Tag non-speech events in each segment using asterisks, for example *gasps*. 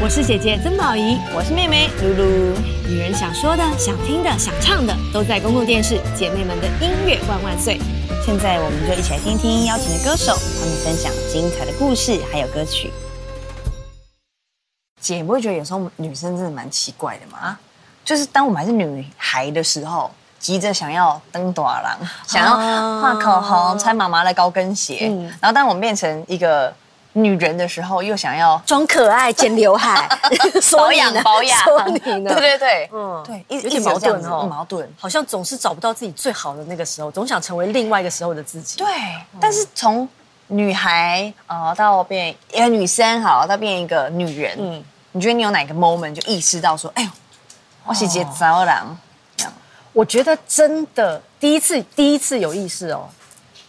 我是姐姐曾宝仪，我是妹妹露露。女人想说的、想听的、想唱的，都在公共电视。姐妹们的音乐万万岁！现在我们就一起来听听邀请的歌手，他们分享精彩的故事还有歌曲。姐，你不会觉得有时候女生真的蛮奇怪的吗？啊，就是当我们还是女孩的时候，急着想要登短郎，想要画口红、穿妈妈的高跟鞋，嗯然后当我们变成一个女人的时候，又想要装可爱、剪刘 *laughs* 海、保说你养呢保养，说你 *laughs* 呢？对 *laughs* 对对，嗯对，一有一点直有矛这样盾子哦嗯矛盾。好像总是找不到自己最好的那个时候，总想成为另外一个时候的自己。对，嗯但是从女孩啊、呃到变一个女生好，到变一个女人，嗯嗯，你觉得你有哪个 moment 就意识到说，哎呦，我是姐糟郎，我觉得真的第一次第一次有意识哦，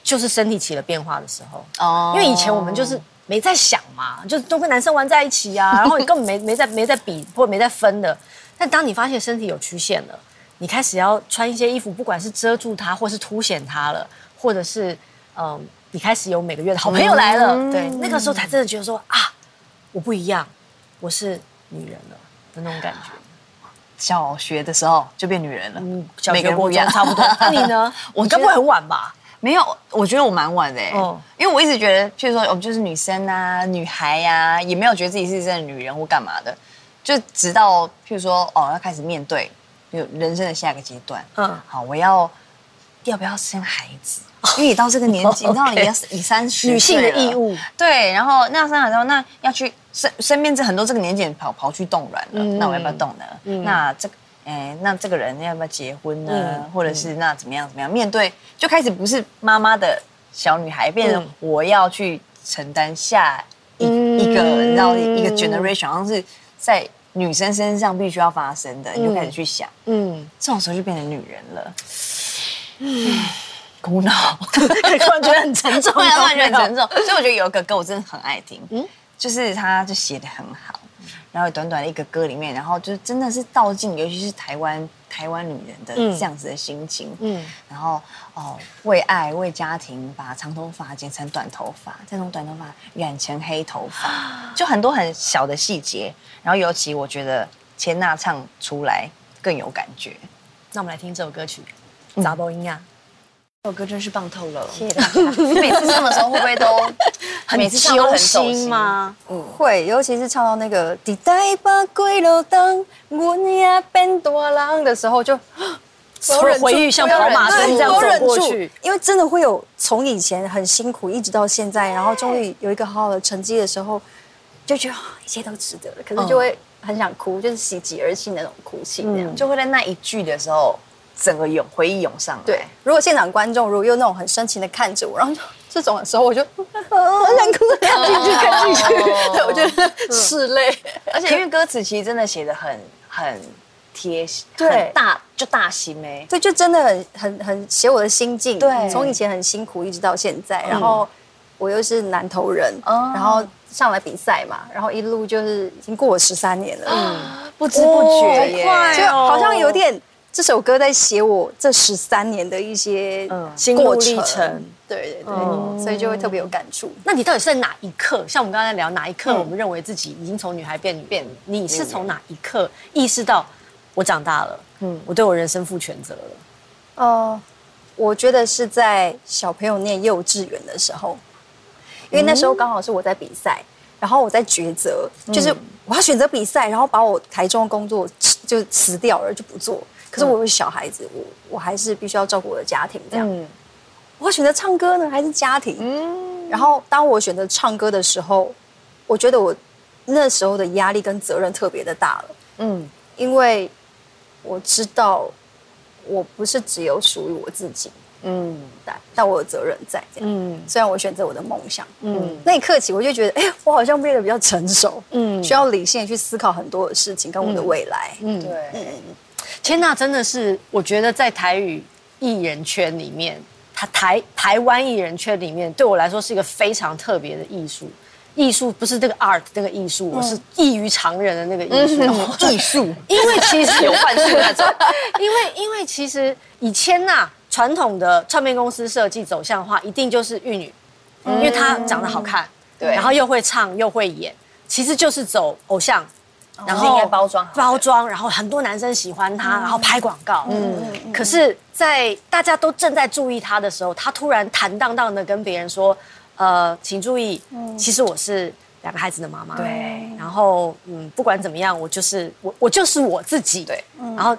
就是身体起了变化的时候。哦因为以前我们就是没在想嘛，就是都跟男生玩在一起啊， *laughs* 然后你根本没没在没在比或没在分的。但当你发现身体有曲线了，你开始要穿一些衣服，不管是遮住它，或是凸显它了，或者是嗯，你开始有每个月的好朋友来了，嗯对，那个时候才真的觉得说啊，我不一样，我是女人了的那种感觉。小学的时候就变女人了，嗯嗯，，小每个学、人国不一中样，？差不多。那你呢 *laughs* 我你觉该得不会很晚吧？没有，我觉得我蛮晚的、欸，哦因为我一直觉得，譬如说我们就是女生啊、女孩呀、也没有觉得自己是真的女人或干嘛的，就直到譬如说哦，要开始面对，比如人生的下一个阶段，嗯嗯，好，我要要不要生孩子？因为你到这个 *laughs* 年纪，你知道你要你三十，女性的义务，对，然后那生孩子后，那要去身身边这很多这个年纪人跑跑去冻卵了，嗯那我要不要冻呢？那这个。哎，那这个人要不要结婚呢？嗯或者是那怎么样怎么样？面对就开始不是妈妈的小女孩，变成我要去承担下一、一个，你知道一个 generation，好像是在女生身上必须要发生的，你就开始去想，嗯，这种时候就变成女人了，苦恼。 *laughs* 突然觉得很沉重，突然突然有没觉得有很沉重。所以我觉得有一个歌我真的很爱听，嗯，就是他就写的很好，然后短短的一个歌里面，然后就是真的是道尽，尤其是台湾台湾女人的嗯这样子的心情，嗯嗯，然后哦为爱为家庭把长头发剪成短头发，再从短头发染成黑头 *gasps* 发，就很多很小的细节，然后尤其我觉得钱娜唱出来更有感觉，那我们来听这首歌曲《杂包音啊亚》。这首歌真是棒透了，谢谢大家。 *laughs* 每次唱的时候会不会都每次唱都很走心？吗？会，尤其是唱到那个“伫台北几路灯，阮也变大人”的时候，就 *gasps* 所有忍住回忆像不要跑马忍灯对这样不要走忍过住去因为真的会有从以前很辛苦一直到现在，然后终于有一个好好的成绩的时候，就觉得、啊 *gasps* 一切都值得了，可是嗯就会很想哭，就是喜极而泣那种哭泣这样。就会在那一句的时候，整个涌回忆涌上来。对，如果现场观众如果又那种很深情的看着我，然后就这种的时候，我就 *laughs* 很想哦哭，然后进去看进去， *laughs* 对我觉得嗯是泪。而且因为歌词其实真的写的很很贴心，对很大就大心哎、对，就真的很很很写我的心境。对从以前很辛苦一直到现嗯在，然后我又是南投人，哦然后上来比赛嘛，然后一路就是已经过了十三年了，嗯 *gasps* 不知不觉哦耶，就好像有点这首歌在写我这十三年的一些嗯心路过历程。哦对对对，所以就会特别有感触。那你到底是在哪一刻？像我们刚才聊哪一刻，我们认为自己已经从女孩变女嗯变，你是从哪一刻意识到我长大了？嗯，我对我人生负全责了。呃，我觉得是在小朋友念幼稚园的时候，因为那时候刚好是我在比赛，然后我在抉择，就是我要选择比赛，然后把我台中的工作辞就辞掉了，就不做。可是我有小孩子，我我还是必须要照顾我的家庭，这样。嗯我要选择唱歌呢，还是家庭？然后当我选择唱歌的时候，我觉得我那时候的压力跟责任特别的大了。嗯，因为我知道我不是只有属于我自己，嗯，但但我有责任在这样，嗯，虽然我选择我的梦想，嗯，那一刻起我就觉得，哎、我好像变得比较成熟，嗯，需要理性地去思考很多的事情跟我的未来，嗯，对，天呐，真的是，我觉得在台语艺人圈里面，他台台湾艺人圈里面，对我来说是一个非常特别的艺术。艺术不是这个 art 那个艺术，我是异于常人的那个艺术。艺术 *laughs* 因为其实有幻术那种， *laughs* 因为因为其实以前呐、传统的唱片公司设计走向的话，一定就是玉女，因为她长得好看，嗯对然后又会唱又会演，其实就是走偶像然后应该包装好的包装，然后很多男生喜欢他，然后拍广告。嗯，可是，在大家都正在注意他的时候，他突然坦荡荡的跟别人说：“呃，请注意，其实我是两个孩子的妈妈。”嗯对，然后嗯，不管怎么样，我就是我，我就是我自己。对，然后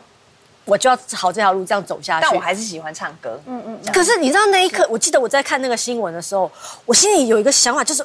我就要朝这条路这样走下去。但我还是喜欢唱歌。嗯嗯，可是你知道那一刻，我记得我在看那个新闻的时候，我心里有一个想法，就是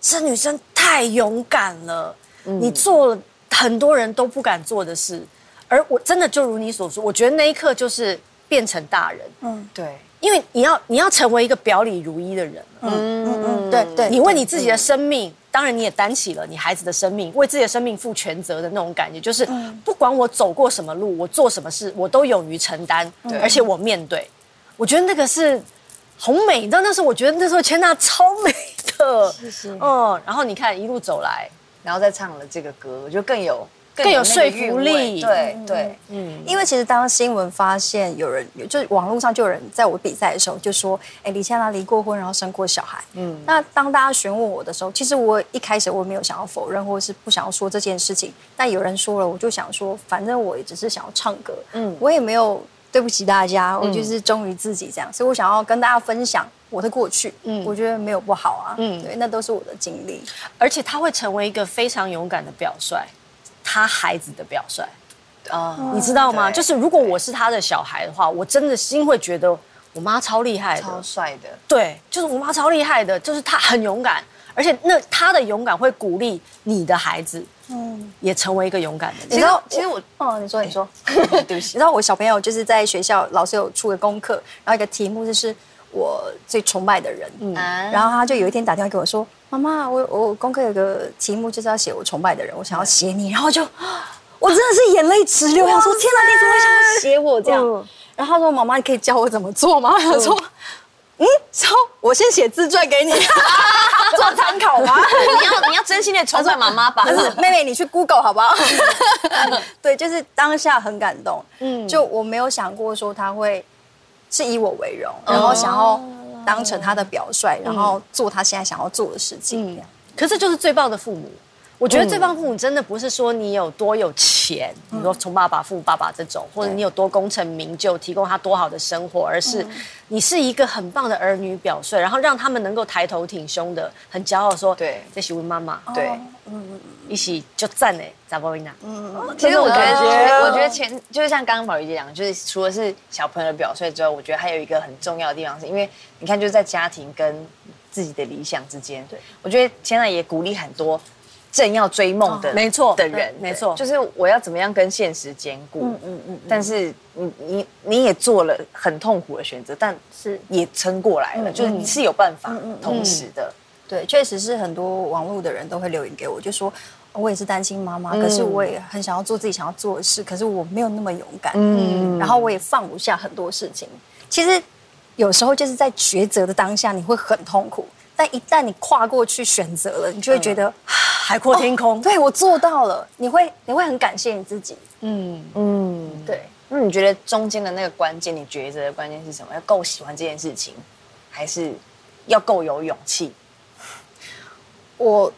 这女生太勇敢了，你做了很多人都不敢做的事，而我真的就如你所说，我觉得那一刻就是变成大人，嗯对，因为你要你要成为一个表里如一的人了，嗯，对对，你为你自己的生命，当然你也担起了你孩子的生命，为自己的生命负全责的那种感觉，就是不管我走过什么路，我做什么事，我都勇于承担，而且我面对。我觉得那个是红美，你知道那时候我觉得那时候千娜超美的，嗯，然后你看一路走来，然后再唱了这个歌，我觉得更有更有那个说服力韵味对对，因为其实当新闻发现有人，就是网络上就有人在我比赛的时候就说，哎，李佳娜离过婚，然后生过小孩。嗯，那当大家询问我的时候，其实我一开始我没有想要否认，或者是不想要说这件事情。但有人说了，我就想说，反正我也只是想要唱歌，嗯，我也没有对不起大家，我就是忠于自己这样，所以我想要跟大家分享我的过去。嗯，我觉得没有不好啊，嗯，对，那都是我的经历。而且他会成为一个非常勇敢的表率，他孩子的表率。啊，你知道吗？对就是如果我是他的小孩的话，我真的心会觉得我妈超厉害的，超帅的，对，就是我妈超厉害的，就是她很勇敢，而且那她的勇敢会鼓励你的孩子，嗯，也成为一个勇敢的人。你你知知道道，其实我哎哦，你说，你说。 *laughs* 对不 *laughs* 你知起，道我小朋友就是在学校，老师有出个功课，然后一个题目就是我最崇拜的人，嗯，然后他就有一天打电话给我说：“妈妈，我我功课有个题目就是要写我崇拜的人，我想要写你。”然后就 *gasps* 我真的是眼泪直流，我想说：“天哪，你怎么会想要写我这样？”嗯然后他说：“妈妈，你可以教我怎么做吗？”我想说。嗯，超，我先写自传给你 *laughs* 做参考 *laughs* 吧。你要你要真心的崇拜妈妈 *laughs* 吧，可是妹妹，你去 Google 好不 *laughs* 好？ *laughs* 对，就是当下很感动。嗯，就我没有想过说他会是以我为荣，然后想要当成他的表率，然后做他现在想要做的事情。嗯、可是就是最棒的父母。我觉得最棒父母真的不是说你有多有钱，比如说从爸爸、富爸爸这种，或者你有多功成名就，提供他多好的生活，而是你是一个很棒的儿女表率，然后让他们能够抬头挺胸的，很骄傲地说：“对哦这是我妈妈，嗯对。一起就赞哎，扎波琳娜。”嗯其实我觉感得，觉我觉得前就是像刚刚宝仪姐讲的，就是除了是小朋友的表率之外，我觉得还有一个很重要的地方是，因为你看就是在家庭跟自己的理想之间，对，我觉得现在也鼓励很多正要追梦的、哦没错的人，没错就是我要怎么样跟现实兼顾，嗯嗯嗯，但是你你你也做了很痛苦的选择，但是嗯也撑过来了，就是你是有办法同时的，对，确实是很多网络的人都会留言给我，就说。我也是单亲妈妈，可是嗯我也很想要做自己想要做的事，可是我没有那么勇敢，嗯，然后我也放不下很多事情。其实有时候就是在抉择的当下，你会很痛苦，但一旦你跨过去选择了，你就会觉得、嗯啊哦海阔天空。对我做到了，你会你会很感谢你自己。嗯，对，那你觉得中间的那个关键，你抉择的关键是什么？要够喜欢这件事情，还是要够有勇气？我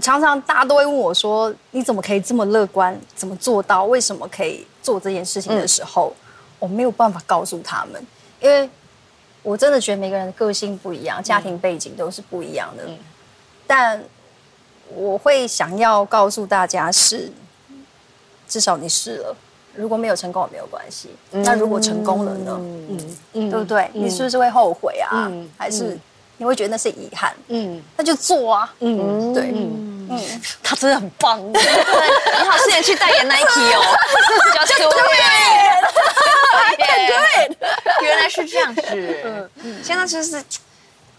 常常大家都会问我说：“你怎么可以这么乐观？怎么做到？为什么可以做这件事情？”的时候，我没有办法告诉他们，因为我真的觉得每个人的个性不一样，家庭背景都是不一样的。但我会想要告诉大家是，至少你试了。如果没有成功也没有关系，那如果成功了呢？嗯，对不对？你是不是会后悔啊？还是你会觉得那是遗憾？嗯，那就做啊。嗯，对，他真的很 *laughs* 棒。你好适合去代言 Nike *laughs* 哦，就是 *laughs* 对，对， *laughs* 原来是这样子。现在就是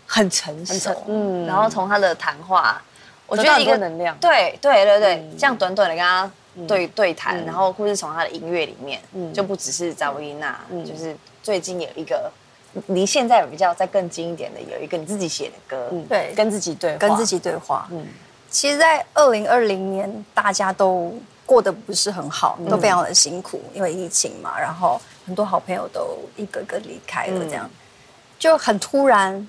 很成熟，嗯，然后从他的谈话，我觉得得到一个很多能量嗯对对对对，这样短短的跟他对对谈，然后或是从他的音乐里面，嗯就不只是扎维娜，就是最近有一个。离现在比较再更近一点的，有一个你自己写的歌，对跟自己对话，跟自己对话。嗯，其实，在二零二零年，大家都过得不是很好，嗯都非常的辛苦，因为疫情嘛，然后很多好朋友都一个个离开嗯了，这样、就很突然。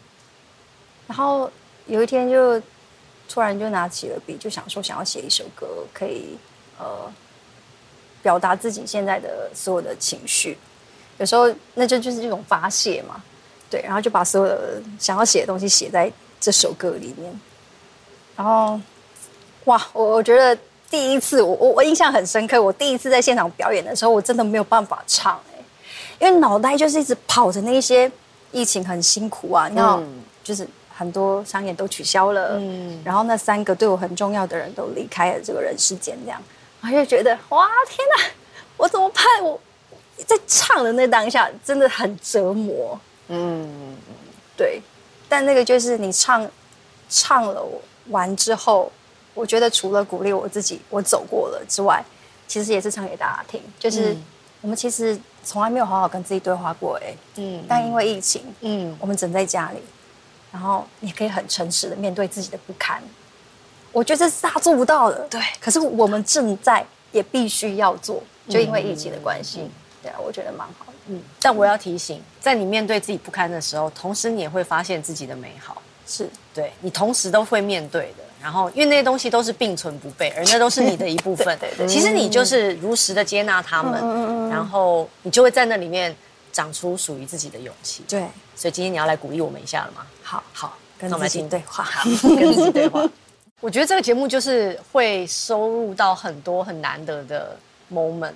然后有一天就突然就拿起了笔，就想说想要写一首歌，可以呃表达自己现在的所有的情绪。有时候那就就是一种发泄嘛，对，然后就把所有的想要写的东西写在这首歌里面。然后，哦哇，我我觉得第一次我我我印象很深刻，我第一次在现场表演的时候，我真的没有办法唱哎、因为脑袋就是一直跑着那一些疫情很辛苦啊，你知道，就是很多商演都取消了，然后那三个对我很重要的人都离开了这个人世间，这样，我就觉得哇天哪，我怎么办？我在唱的那当下真的很折磨，嗯，对，但那个就是你唱唱了完之后，我觉得除了鼓励我自己我走过了之外，其实也是唱给大家听，就是我们其实从来没有好好跟自己对话过、哎，嗯，但因为疫情，嗯，我们整在家里，然后你可以很诚实的面对自己的不堪，我觉得这是他做不到的，对可是我们正在也必须要做，就因为疫情的关系，对啊，我觉得蛮好的。嗯，但我要提醒，在你面对自己不堪的时候，同时你也会发现自己的美好。是，对你同时都会面对的。然后，因为那些东西都是并存不备，而那都是你的一部分。 *laughs* 对对对嗯其实你就是如实的接纳他们，然后你就会在那里面长出属于自己的勇气。对，所以今天你要来鼓励我们一下了吗？好，好，跟那我们自来听己对话。跟自己对话。 *laughs* 我觉得这个节目就是会收入到很多很难得的 moment，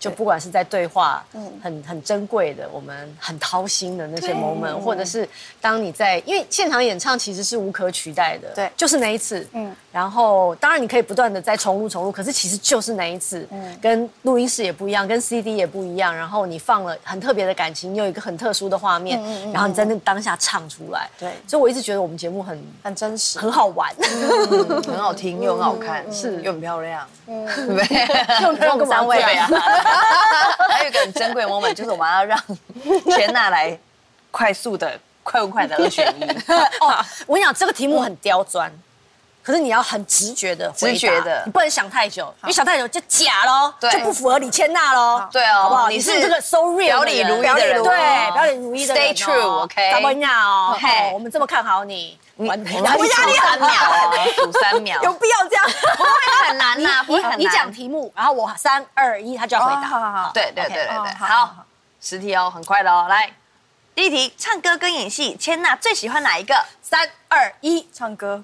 就不管是在对话，嗯很很珍贵的，我们很掏心的那些 moment，或者是当你在，因为现场演唱其实是无可取代的，对就是那一次，嗯嗯，然后当然你可以不断的再重录重录，可是其实就是那一次，跟录音室也不一样，跟 CD 也不一样，然后你放了很特别的感情，你有一个很特殊的画面，然后你在那个当下唱出来，对所以我一直觉得我们节目很很真实，很好玩， *laughs* 很好听又很好看，是又很漂亮，对不对？让我们三位对啊啊， *laughs* 还有一个很珍贵的 moment 就是我们要让钱娜来快速的、快问快答二选一，哦，我跟你讲，这个题目很刁钻，可是你要很直觉的回答，直觉的你不能想太久，因为想太久就假咯，对就不符合李千娜咯，对哦好不好？你你是是这个 so real 表里如一的人哦对，表里如一的人哦 Stay true，OK 达波娜哦，嘿哦我们这么看好你，完美，我们压力很秒哦，数三秒，有必要这样？不会很难呐，不会很难。你讲题目，然后我三二一，他就要回哦好好答好。对对对对 OK，对，哦好好好，十题哦，很快的哦，来。第一题，唱歌跟演戏，千娜最喜欢哪一个？三二一，唱歌，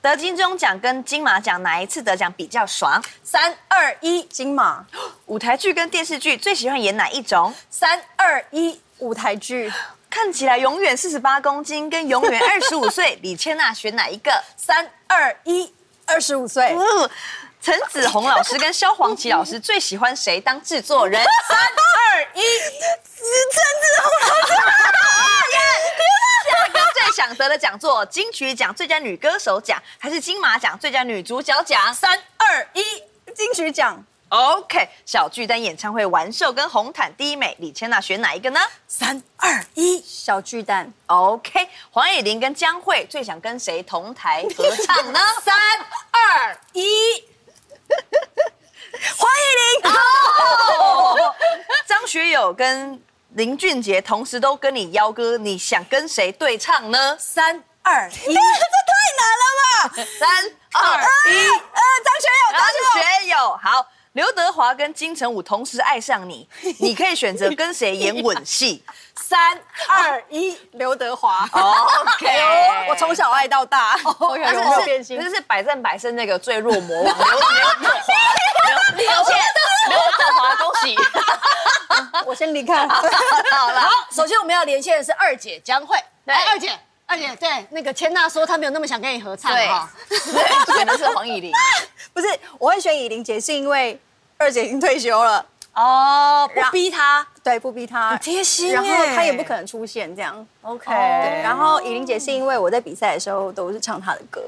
得金钟奖跟金马奖哪一次得奖比较爽？三二一，金 *gasps* 马 *gasps* 舞台剧跟电视剧最喜欢演哪一种？三二一，舞台剧， *laughs* 看起来永远四十八公斤跟永远二十五岁， *laughs* 李千娜选哪一个？三二一，二十五岁，呃 *laughs* 陈子红老师跟萧煌奇老师最喜欢谁当制作人？三二一，下一个最想得的讲座：金曲奖最佳女歌手奖，还是金马奖最佳女主角奖？三二一。金曲奖， OK，小巨蛋演唱会完售跟红毯第一美，李千娜选哪一个呢三二一，小巨蛋， ？OK，黄以玲跟江蕙最想跟谁同台合唱 *laughs* 呢？三二一，黄以玲。张学友跟林俊杰同时都跟你邀歌，你想跟谁对唱呢？三二一，三二一，呃，张学友，张学友，好。刘德华跟金城武同时爱上你，你可以选择跟谁演吻戏。三二一，刘德华。 OK，我从小爱到大，哎我有但是没有变是心这？是百战百胜那个最弱魔王刘刘德华，刘抱歉，刘德华，恭喜。我先离开。好了，好，首先我们要连线的是二姐江蕙，对哎二姐，二姐，对，那个千娜说她没有那么想跟你合唱对哈，，对，选的是黄以玲。不是，我会选以玲姐，是因为二姐已经退休了，哦，然不逼她，对，不逼她，贴心然后耶她也不可能出现这样。 ，OK，对，然后以玲姐是因为我在比赛的时候都是唱她的歌，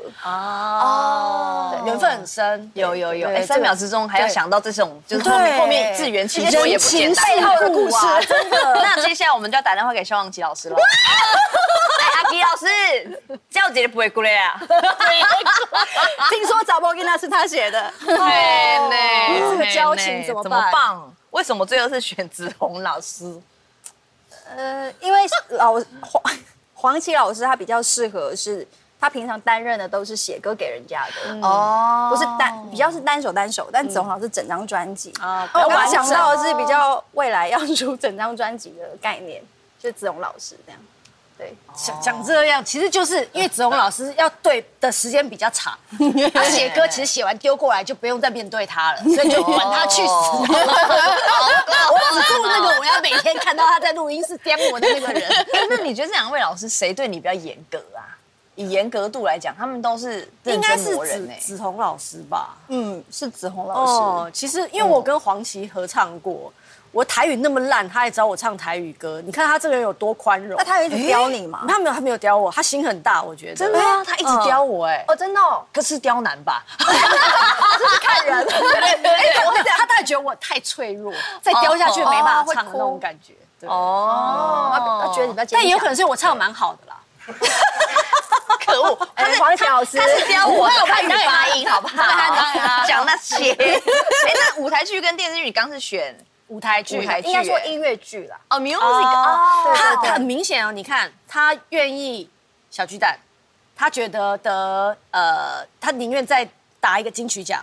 哦，缘分很深，有有有，对哎，这三个秒之中还要对想到这种，就是后面对后面自圆其说也不简单。背后的故事， *laughs* 那接下来我们就要打电话给萧煌奇老师了。哎，阿吉老师，叫姐姐不会过来啊？ *laughs* 听说《找波吉娜》是她写的，对这个呢，交情呢怎么怎么办办？为什么最后是选子红老师？呃，因为老黄黄绮老师她比较适合是，她他平常担任的都是写歌给人家的，哦不是单比较是单手单手，但子红老师整张专辑哦啊我完刚整想到的是比较未来要出整张专辑的概念，就是子红老师这样。对，讲讲这样，其实就是因为子红老师要对的时间比较长，他写歌其实写完丢过来就不用再面对他了，所以就管他去死。哦 *laughs* 我只顾那个我要每天看到他在录音室颠我的那个人。哎那你觉得这两位老师谁对你比较严格啊？以严格度来讲，他们都是认真磨人欸呢。子红老师吧？嗯，是子红老师。哦，其实因为我跟黄琦合唱过，我台语那么烂，他还找我唱台语歌，你看他这个人有多宽容。那他有一直刁你吗？他没有，他没有刁我，他心很大，我觉得。真的啊，他一直刁我哎，哦，真的哦，可是刁难吧？看人。哎，他会这样他大概觉得我太脆弱，再刁下去没办法唱的那种感觉。对，哦，他觉得你比较坚强，但也有可能是我唱得蛮好的啦。可恶！哎黄琦老师，他是教我的汉语发音，好不 *laughs* 好当啊然？讲那些。哎，那舞台剧跟电视剧，你刚是选舞台剧，舞台剧应该说音乐剧啦。哦 music 哦，对他对对他很明显哦，你看他愿意小巨蛋，他觉得得呃，他宁愿再打一个金曲奖，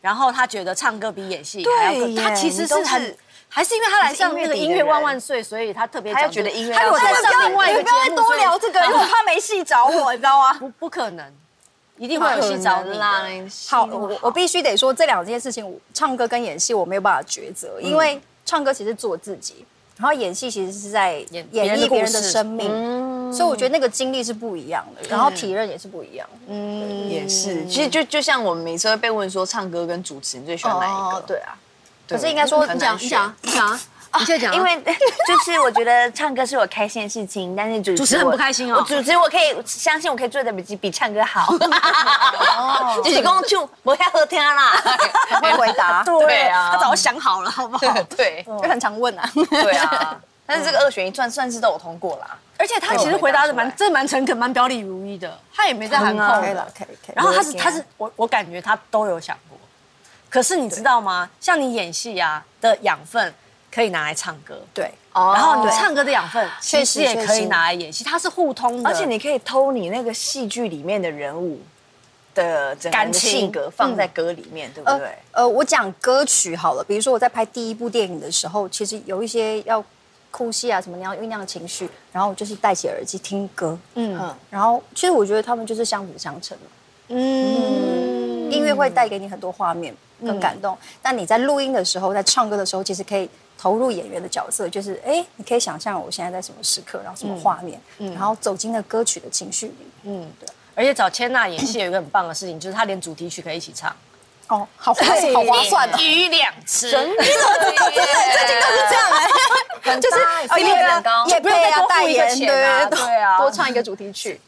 然后他觉得唱歌比演戏还要对更。耶他其实你是都很是还是因为他来上那个你音是音乐底的乐人万万岁，所以他特别讲他又这觉个得音乐他如果再要上另外一个你不要再节目多聊这个，因为我怕没戏找我，你知道吗？ *laughs* 不不可能，一定会有戏找你的。好，我我必须得说这两件事情，我唱歌跟演戏我没有办法抉择，因为唱歌其实做自己，然后演戏其实是在演演别人的绎别人故的事生命，所以我觉得那个经历是不一样的，然后体认也是不一样。也是。嗯其实就就像我们每次会被问说，唱歌跟主持，你最喜欢哪一个？哦，对啊，对，可是应该说很你难讲选你讲你想啊，你现在讲啊，因 *laughs* 为就是我觉得唱歌是我开心的事情，但是主持主持很我不开心哦我主持我可以相信我可以做的比比唱 *laughs* 歌好。哦就是公主，不要好听 *laughs* 啦。很会回答， *laughs* 对啊他早就想好了，好不 *laughs* 好？对就很常问啊。嗯 *laughs* 对 *laughs* 啊，但是这个二选一算算是都有通过啦。而且他其实回答的 *laughs* 蛮，对真的蛮诚恳，蛮表里如一的，他也没在含嗯啊扣可以的。可以可以然后他是他是我啊我感觉他都有想过，可是你知道吗？像你演戏啊的养分可以拿来唱歌，对，哦然后你对唱歌的养分其确实实也可确以实拿来演戏，它是互通的。而且你可以偷你那个戏剧里面的人物的整个人感的情嗯性格放在歌里面，对不对？呃，我讲歌曲好了，比如说我在拍第一部电影的时候，其实有一些要哭戏啊什么，你要酝酿情绪，然后我就是戴起耳机听歌，嗯，然后其实我觉得他们就是相辅相成嘛嗯，音乐会带给你很多画面跟感动，但你在录音的时候，在唱歌的时候，其实可以投入演员的角色，就是哎，诶你可以想象我现在在什么时刻，然后什么画面，嗯然后走进那歌曲的情绪里，嗯，对，而且找千娜演戏有一个很棒的事情，就是她连主题曲可以一起唱，哦，好划算，好划算哦。一鱼两吃。最近都是这样哎，就是啊哦利润很高也不用再多付一个钱啊对对啊多唱一个主题曲，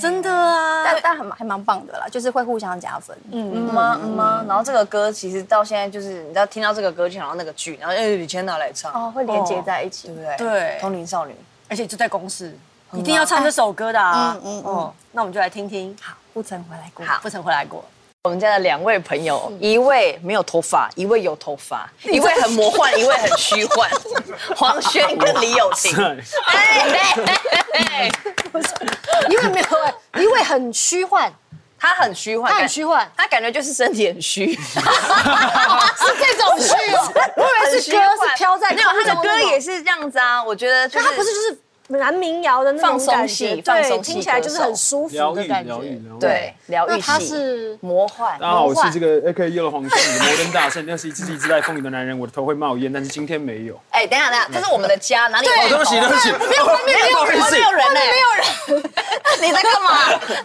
真的啊， *laughs* 但但很还蛮棒的啦，就是会互相加分。嗯，嗯吗嗯吗？然后这个歌其实到现在就是，你知道听到这个歌就想到那个剧，然后哎，李千娜来唱，哦，会连接在一起对不。对？对通灵少女。而且就在公司，一定要唱这首歌的啊。嗯嗯嗯哦，那我们就来听听。好，不曾回来过。好不曾回来过。我们家的两位朋友，一位没有头发，一位有头发，一位很魔幻，一位很虚幻。黄轩跟李友廷，因为没有，因为很虚 *laughs* 幻，他很虚幻，他很感虚幻，他感觉就是身体很虚，是这种 *laughs* 虚哦。我以为是歌是飘在没有他的歌也是，是这样子啊。我觉得就可是他不是就是南民谣的那种放松感系觉对放松系听起来就是很歌手舒服疗的愈感觉疗。愈疗愈。对疗那愈他系是魔幻大家好，我魔幻是这个 AK 又的黄轩，你 *laughs* 的摩登大圣，那是一只一直在风雨的男人，我的头会冒烟，但是今天 *laughs* 没有。哎，等一下等一下，这是我们的家，哪里有哦，对不起，对不起，没有不好 *laughs* 意思没有人欸呢，没有 *laughs* 人，你在干嘛？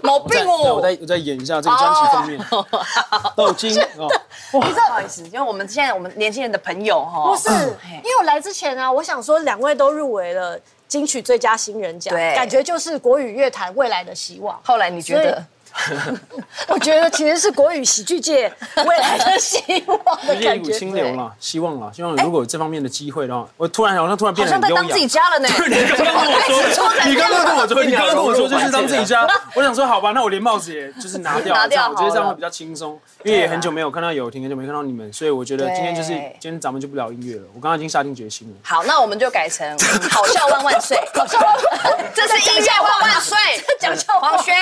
毛我再病哦！我再我再演一下这个专辑封面， *laughs* 豆精哦，你知道，不好意思，因为我们现在我们年轻人的朋友哈，不是，因为我来之前啊，我想说两位都入围了金曲最佳新人奖，对感觉就是国语乐坛未来的希望。后来你觉得所我觉得其实是国语喜剧界未来的希望的就是一感股觉。清流啦，希望啦，希望如果有这方面的机会的话，我突然好像突然好变得像很在优当自己雅。家了呢。你刚刚跟我说，你刚刚 *laughs* 跟我说， *laughs* 你刚刚跟我说就是当自己家。 *laughs* 我想说，好吧，那我连帽子也就是 *laughs* 拿掉，拿掉这样我觉得好了这样会比较轻松，因为也很久没有看到友婷，很久没看到你们，所以我觉得今天就是对今天咱们就不聊音乐了。我刚刚已经下定决心了。好，那我们就改 *laughs* 成好笑万万岁， *laughs* 好笑万万，这是音乐万 *laughs* 万岁，讲笑黄 *laughs* 轩，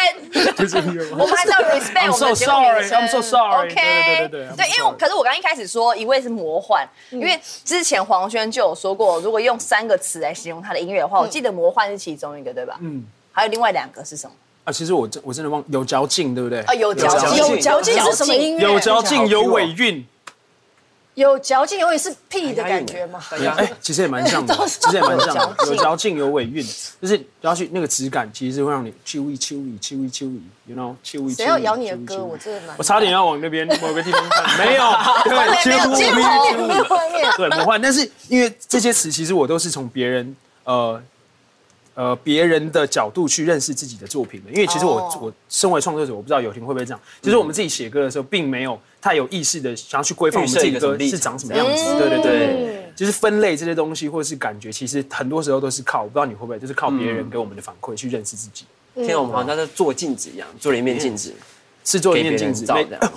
不是音 *laughs* 乐我们还是要 respect I'm 我们 so 的节目名 sorry. 称 I'm so sorry. OK，对对对对对对，因为我 I'm sorry 可是我刚刚一开始说一位是魔幻，嗯因为之前黄轩就有说过，如果用三个词来形容他的音乐的话，我记得魔幻是其中一个，对吧？嗯嗯，还有另外两个是什么？啊，其实我真我真的忘有嚼劲，对不对？啊，有嚼劲，有嚼劲是什么音乐？有嚼劲，有尾韵。有嚼劲，永远是屁的感觉吗？哎，其实也蛮像的，其实也蛮像的，有嚼劲，有尾韵，就是咬下去那个质感，其实会让你秋意秋意秋意秋意，you know 秋意。谁要咬你的歌？我真的蛮我差点要往那边某个地方看，没有，对，没有秋意结秋果意秋意外面 *laughs* 对，魔幻。但是因为这些词，其实我都是从别人呃呃别人的角度去认识自己的作品的。因为其实我、哦我身为创作者，我不知道友婷会不会这样。其实我们自己写歌的时候，并没有太有意识的想要去规范我们自己预设一个什么歌立是长什场么样子。嗯对对对对，就是分类这些东西，或是感觉，其实很多时候都是靠，我不知道你会不会，就是靠别嗯人给我们的反馈去认识自己。天啊，我们好像在做镜子一样，做了一面镜子，是嗯做一给别面人镜子，照没这样子。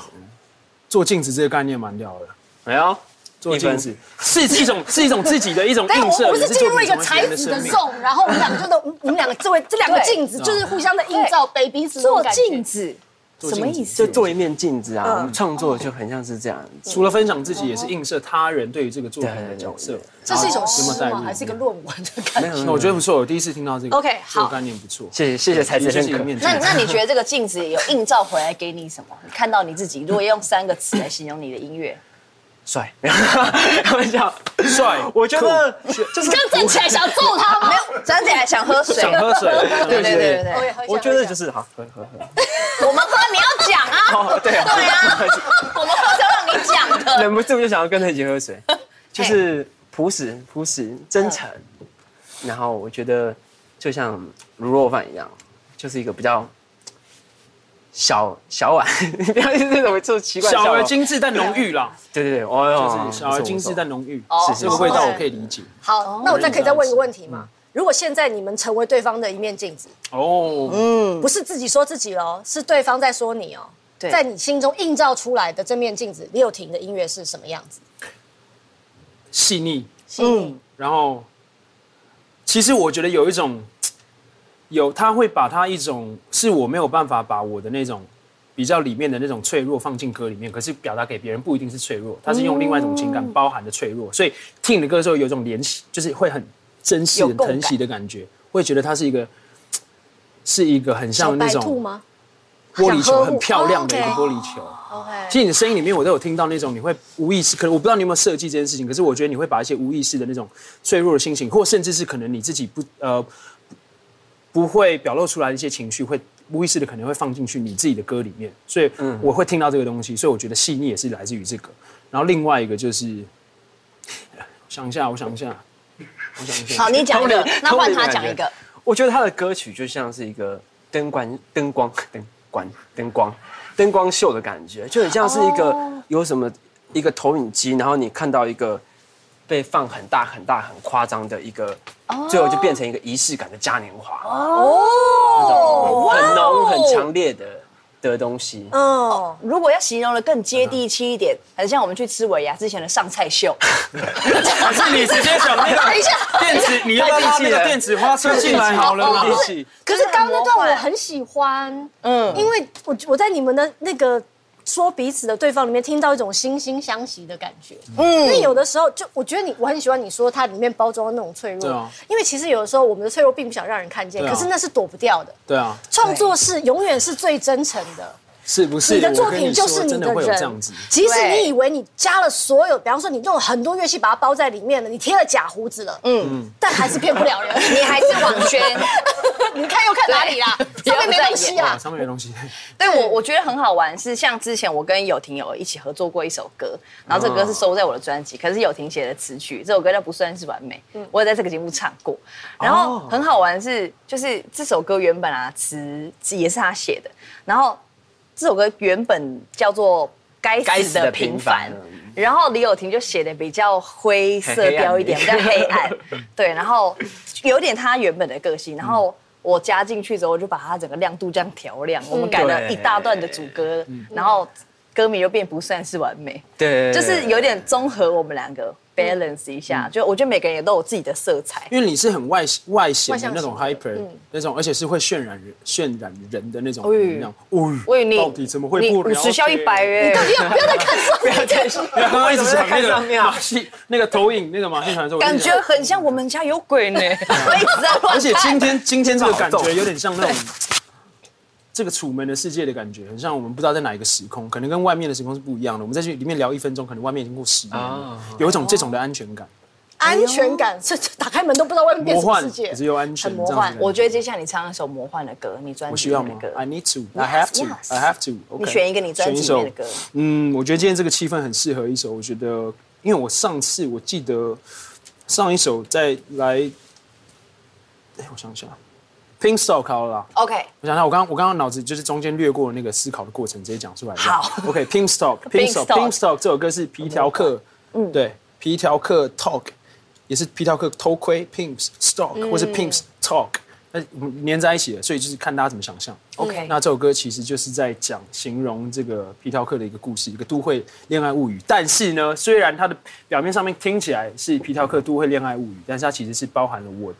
做镜子这个概念蛮屌的。哎呦， *laughs* 做一分镜子是一种是一种自己的一种但映哎 *laughs* 我射，我不是也进入作一品个成才为别人的子生的命 zone，然后我们两个就都，我们两个这位这两个镜子就是互相的映照，背彼此那种做感觉镜子什么意思就？做一面镜子嗯啊，我们创作就很像是这样。除了分享自己，也是映射他人对于这个作品的角色对。这是一首有没有诗哦带吗？入还是一个论文的感觉？没有，没那有我觉得不错，我第一次听到这个。 OK，这个好概念不错。谢谢谢谢才子这是认一个可。面子那那你觉得这个镜子有映照回来给你什么？你看到你自己，如果用三个词来形容你的音乐， *laughs* 帅，没有开玩笑， *laughs* 帅，我觉得就是刚站起来想揍他吗？站起来想喝水，想喝水。对对对对我对，也喝一下我觉得就是好，喝喝喝。我们喝你要讲啊，哦，对啊，对啊，我们喝是要让你讲的。 *laughs* 忍不住就想要跟他一起 *laughs* 喝水，就是朴实、朴实、真诚。然后我觉得就像卤肉饭一样，就是一个比较小小碗， *laughs* 你不要用这种这种奇怪的小笑而容。精致但浓郁啦，对对对，哦就是小而精致但浓郁，哦是是这个味道我可以理解。好， *laughs* 那我再可以再问一个问题吗？嗯如果现在你们成为对方的一面镜子，哦，嗯不是自己说自己哦，是对方在说你哦。对在你心中映照出来的这面镜子，李友廷的音乐是什么样子？细腻，嗯，然后，其实我觉得有一种，有他会把他一种是我没有办法把我的那种比较里面的那种脆弱放进歌里面，可是表达给别人不一定是脆弱，他是用另外一种情感嗯包含的脆弱，所以听你的歌的时候有一种怜惜，就是会很珍惜、有很共感疼惜的感觉，会觉得他是一个。是一个很小像那白兔种吗玻璃想呵球，护很漂亮的一个哦玻璃球。 ？OK，其实你的声音里面，我都有听到那种你会无意识，可能我不知道你有没有设计这件事情，可是我觉得你会把一些无意识的那种脆弱的心情，或甚至是可能你自己不呃不会表露出来的一些情绪，会无意识的可能会放进去你自己的歌里面，所以我会听到这个东西，所以我觉得细腻也是来自于这个。然后另外一个就是，想一下，我想一下，我想一下，好，你讲一个，那换他讲一个。。我觉得他的歌曲就像是一个灯光、灯光、灯光、灯光、灯光秀的感觉，就很像是一个哦有什么一个投影机，然后你看到一个被放很大、很大、很夸张的一个，哦最后就变成一个仪式感的嘉年华哦，很浓、很强烈的的东西。嗯，哦如果要形容的更接地气一点，很像我们去吃尾牙之前的上 *laughs* 菜秀。还是你直接讲那个电子，你要不要把那个电子花车进来好了啦？一起可是刚那段我很喜欢，嗯，因为我我在你们的那个说彼此的对方里面听到一种惺惺相惜的感觉，嗯，因为有的时候就我觉得你我很喜欢你说它里面包装的那种脆对弱啊，因为其实有的时候我们的脆弱并不想让人看见，对啊可是那是躲不掉的。对啊，创作是永远是最真诚的，是不是？你的作我跟品说就是你真的的会有这样人子。。即使对你以为你加了所有，比方说你用了很多乐器把它包在里面了，你贴了假胡子了，嗯，但还是骗不了人。你还是黄轩， *laughs* 你看又看哪里 *laughs* 啦？对上面没东西哇，啊。 *laughs* 上面的 *laughs* 东西。对我我觉得很好玩，是像之前我跟友婷有一起合作过一首歌，然后这嗯个歌是收在我的专辑，可是友婷写的词曲，这首歌叫《不算是完美》，我也在这个节目唱过。然哦后很好玩是，就是这首歌原本啊词也是她写的，然后这首歌原本叫做《该该死死的的平平凡凡》，然后李友廷就写的比较灰色调一点，比很较黑暗黑 *laughs* 暗，对，然后有点他原本的个性，然嗯后。我加进去之后，我就把它整个亮度这样调亮，我们改了对一大段的主歌，嗯然后歌名又变不算是完美，对，就是有点综合我们两嗯个 balance 一下，就我觉得每个人也都有自己的色彩，因为你是很外外显的那种外向 hyper，、那嗯种而且是会渲染人渲染人的那种哎呦能量。哦、喂你到底怎么会你不五了十消解一 *laughs* 百元，不要再想，刚刚一直讲那看上个面啊马戏，那个投影，那个马戏团的时候，我就感觉想很像我们家有鬼 *laughs* 呢，我一直在乱看。而且今天今天这个感好觉动有点像那种 *laughs* 这个楚门的世界的感觉，很像我们不知道在哪一个时空，可能跟外面的时空是不一样的。我们再去里面聊一分钟，可能外面已经过十年了啊，有一种这种的安全感，安全 *laughs* 感，这这打开门都不知道外面变魔什么幻世界可。是又安全，很魔这样子幻的。感我觉得接下来你唱一首魔幻的歌，你专我辑需里要啊面吗的歌。 ？I need to, I have to, Yes, yes. I have to。你选一个你专辑里面的歌。嗯，我觉得今天这个气氛很适合一首，我觉得，因为我上次我记得上一首在来，哎，我想想，Pink Stock 好了啦。 OK，我想想，我刚我刚刚脑子就是中间略过那个思考的过程，直接讲出来。好，OK，Pink Stock，Pink Stock Stock，Pink Stock 这首歌是皮条客，嗯，对，皮条客 Talk，也是皮条客偷窥 Pimps 嗯 Stock 或是 Pimps Talk，那我们连在一起的，所以就是看大家怎么想象。 OK 那这首歌其实就是在讲形容这个皮条客的一个故事，一个都会恋爱物语。但是呢，虽然它的表面上面听起来是皮条客都会恋爱物语，但是它其实是包含了我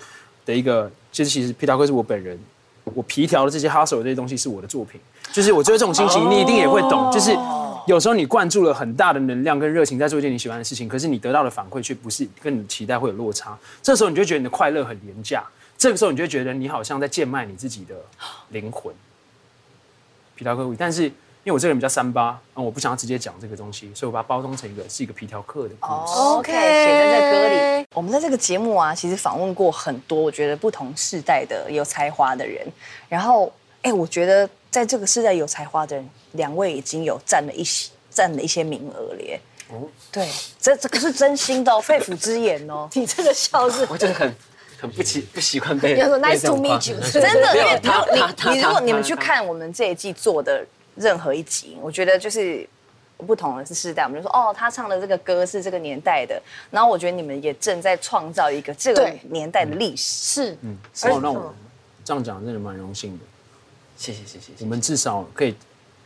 的一个，就是其实皮条客是我本人，我皮条的这些哈手这些东西是我的作品。就是我觉得这种心情你一定也会懂，就是有时候你灌注了很大的能量跟热情在做一件你喜欢的事情，可是你得到的反馈却不是跟你的期待会有落差，这时候你就觉得你的快乐很廉价，这个时候你就觉得你好像在贱卖你自己的灵魂。皮条客物语，但是因为我这个人比较三八，嗯，我不想要直接讲这个东西，所以我把它包装成一个是一个皮条客的故事。 OK，写在哦在歌里。我们在这个节目啊，其实访问过很多我觉得不同世代的有才华的人。然后，哎，我觉得在这个世代有才华的人，两位已经有占了一些占了一些名额了耶。对，这这可是真心的、哦，肺腑之言哦。你这个笑是我真的很很不习不习惯被。你要说被 nice 这种 to 夸 meet you，对真真的，没因有为他如他果他你你如果他你们他去他看我们这一季做的任何一集，我觉得就是不同的世代，我们就说哦，他唱的这个歌是这个年代的，然后我觉得你们也正在创造一个这个对年代的历史。是哦，那我这样讲真的蛮荣幸的。谢谢谢谢谢谢。我们至少可以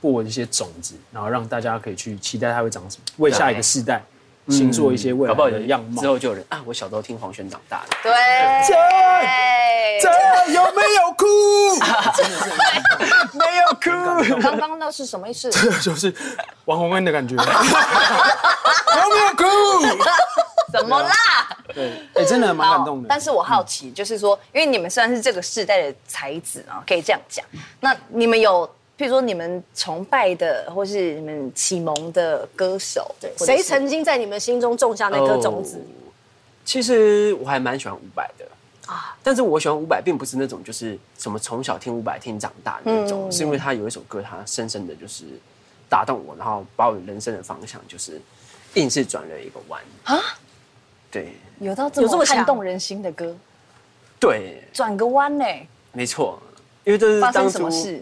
播一些种子，然后让大家可以去期待它会长什么，为下一个世代形塑一些未搞不好来啊有的人样貌。之后就有人啊，我小时候听黄轩长大的。对，有没有哭？没有刚刚那是什么意思？哭，就是王洪恩的 *laughs* 感觉。有没有哭？怎么啦？对，哎，真的蛮感动的。但是我好奇，就是说，因为你们虽然是这个世代的才子啊，可以这样讲，那你们有，譬如说你们崇拜的，或是你们启蒙的歌手，对谁曾经在你们心中种下那颗种子？哦其实我还蛮喜欢伍佰的啊，但是我喜欢伍佰并不是那种就是什么从小听伍佰听长大的那嗯种，是因为他有一首歌，他深深的就是打动我，然后把我人生的方向就是硬是转了一个弯啊。对有到这有这么么撼强动人心的歌？对，转个弯呢、没错，因为这是发当生初什么事？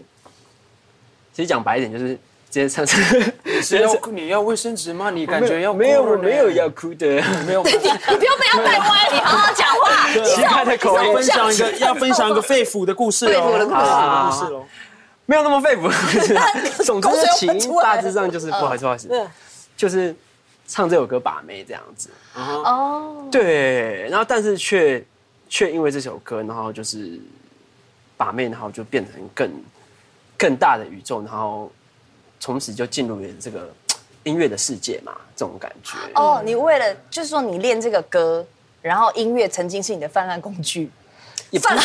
其实讲白一点就是直接唱， *laughs* 你要哭你要卫生纸吗？你感觉要哭没有了我呢没有要哭 *laughs* 的，没有。你不要不要带歪，你好好讲话。奇怪的口要音分享一个 *laughs* 要分享一个肺腑的故事哦，肺腑的故事啊故事哦。没有那么肺 *laughs* 腑。总之口水要起喷因出来嗯大致上就是不好意思，不好意思，就是唱这首歌把妹这样子。哦，对，然后但是却却因为这首歌，然后就是把妹，然后就变成更更大的宇宙，然后从此就进入了这个音乐的世界嘛，这种感觉。哦，你为了就是说你练这个歌，然后音乐曾经是你的泛滥工具，泛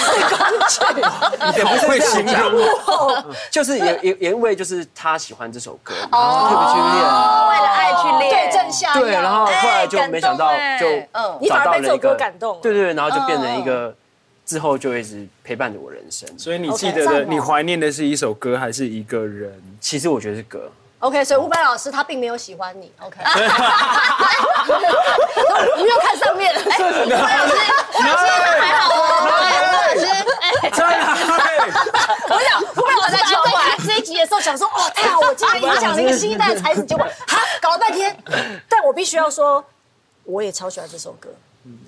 也不会形容就是也也也因为就是他喜欢这首歌，然哦后特别去练。为了爱去练。对症下药。对，然后后来就哎没想到感就动哎嗯你反而找到被这首了一个歌感动了对对对，然后就变成一个之后就一直陪伴着我人生。所以所以你记得 OK，的，赞哦你怀念的是一首歌还是一个人？其实我觉得是歌， OK，所以伍佰老师他并没有喜欢你。OK，你没有看上面。哎，伍佰老师，哎在哪里？啊 *laughs* 我想伍佰老师在求婚，这一集的时候，想说哦，太好，我今天影响了一个新一代的才子，结果 *laughs* 哈搞了半天。但我必须要说，我也超喜欢这首歌。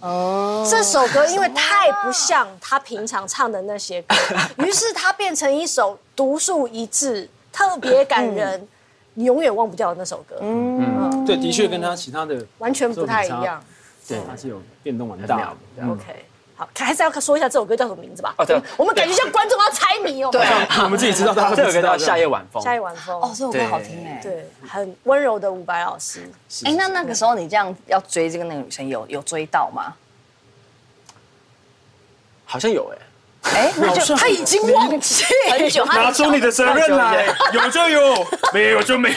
哦，这首歌因为太不像他平常唱的那些歌，于是他变成一首独树一帜、特别感人、你永远忘不掉的那首歌，对，的确跟他其他的嗯完全不太一作品样嗯差。。对，他是有变动蛮很大了的。不得 OK，好，还是要说一下这首歌叫什么名字吧。哦对我们感觉像观众要猜谜哦。对，嗯我们自己知道， *laughs* 大家不这首歌知叫道《夏夜晚风》，夏夜晚风。哦，这首歌好听哎。对，很温柔的伍佰老师。哎，那那个时候你这样要追这个那个女生，有有追到吗？好像有哎、哎，那就他已经忘记很久，他拿出你的责任 *laughs* 来，有就有，没有就没有。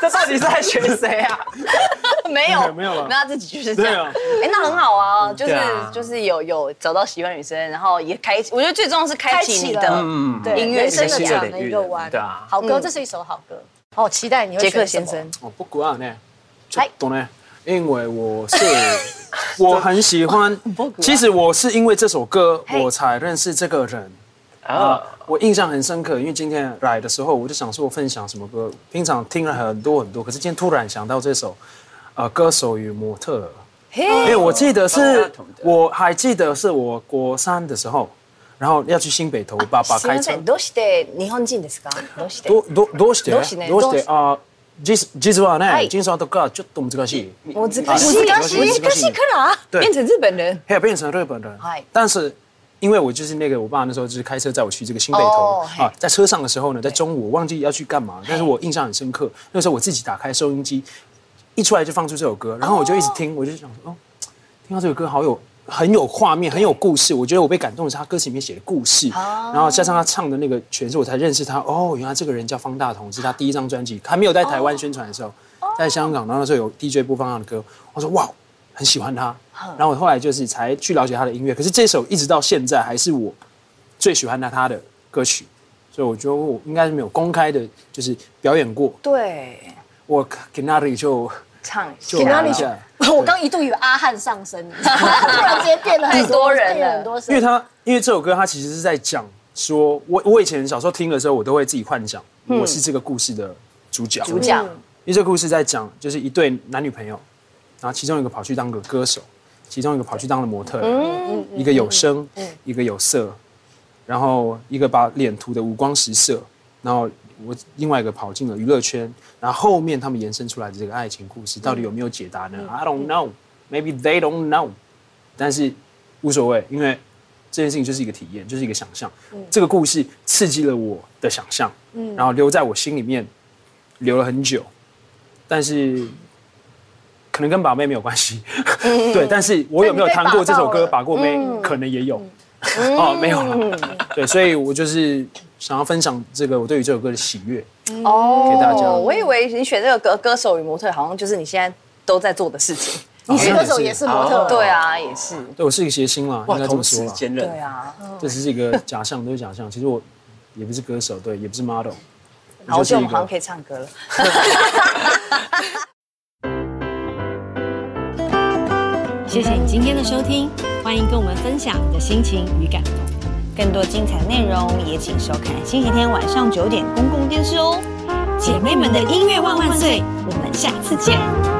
这到底是在学谁啊？没有没有了没有他自己就是这对样啊。，哎，那很好啊，就是对啊就是有有找到喜欢的女生，然后也开，我觉得最重要是开开启启你了的嗯对，音乐人生领的域这样的一个弯。对啊好歌，这是一首好歌。好，期待你会杰克选什先么生。。我哦不管呢，就懂呢，因为 *laughs* 我是我很喜欢。啊其实我是因为这首歌我才认识这个人。啊啊，，我印象很深刻，因为今天来的时候，我就想说我分享什么歌，平常听了很多很多，可是今天突然想到这首，呃，歌手与模特儿。因为我记得是，我还记得是我国三的时候，然后要去新北投，爸爸すみま开车せ。ん、どうして日本人ですか？どうして？どどどうしてどうしてねどうしてあ実実はね、いジンさんとかちょっと難しい。難しい難しい難しいら对变成日本人。还有变成日本人嗨。但是因为我就是那个我爸那时候就是开车载我去这个新北投哦嘿啊，在车上的时候呢，在中午我忘记要去干嘛，但是我印象很深刻，那时候我自己打开收音机，一出来就放出这首歌，然后我就一直听，我就想说哦，听到这首歌好有。很有画面，很有故事。我觉得我被感动的是他歌词里面写的故事，哦然后加上他唱的那个诠释，我才认识他。哦，原来这个人叫方大同，是他第一张专辑，还没有在台湾宣传的时候，哦在香港，然后那时候有 DJ 播放他的歌，我说哇，很喜欢他。哦然后我后来就是才去了解他的音乐，可是这首一直到现在还是我最喜欢的他的歌曲，所以我觉得我应该是没有公开的，就是表演过。对，我给那里就唱一就下一下，我刚一度以为阿汉上身，突然之间变了很太多人了变了很多因声为。他因为这首歌，它其实是在讲说，我我以前小时候听的时候，我都会自己幻想我是这个故事的主角。主角。因为这个故事在讲，就是一对男女朋友，然后其中一个跑去当个歌手，其中一个跑去当了模特儿，一个有声，一个有色，然后一个把脸涂得五光十色，然后我另外一个跑进了娱乐圈，然后后面他们延伸出来的这个爱情故事到底有没有解答呢、i don't know, maybe they don't know，但是无所谓，因为这件事情就是一个体验，就是一个想象，嗯这个故事刺激了我的想象，然后留在我心里面留了很久。但是可能跟把妹没有关系，嗯 *laughs* 对。但是我有没有弹过这首歌把过妹，可能也有，嗯 *laughs* 哦，没有了。对，所以我就是想要分享这个我对于这首歌的喜悦。哦，给大家我以为你选这个歌歌手与模特，好像就是你现在都在做的事情。你是歌手也是模哦特，对啊，也是。对我是一个谐星啦，应该这么说啦。兼任对啊，这只是一个假象，都是假象。其实我也不是歌手，对，也不是 model。好久我们好像个可以唱歌了。谢谢你今天的收听，欢迎跟我们分享你的心情与感动。更多精彩内容也请收看星期天晚上九点公共电视哦。姐妹们的音乐万万岁，我们下次见。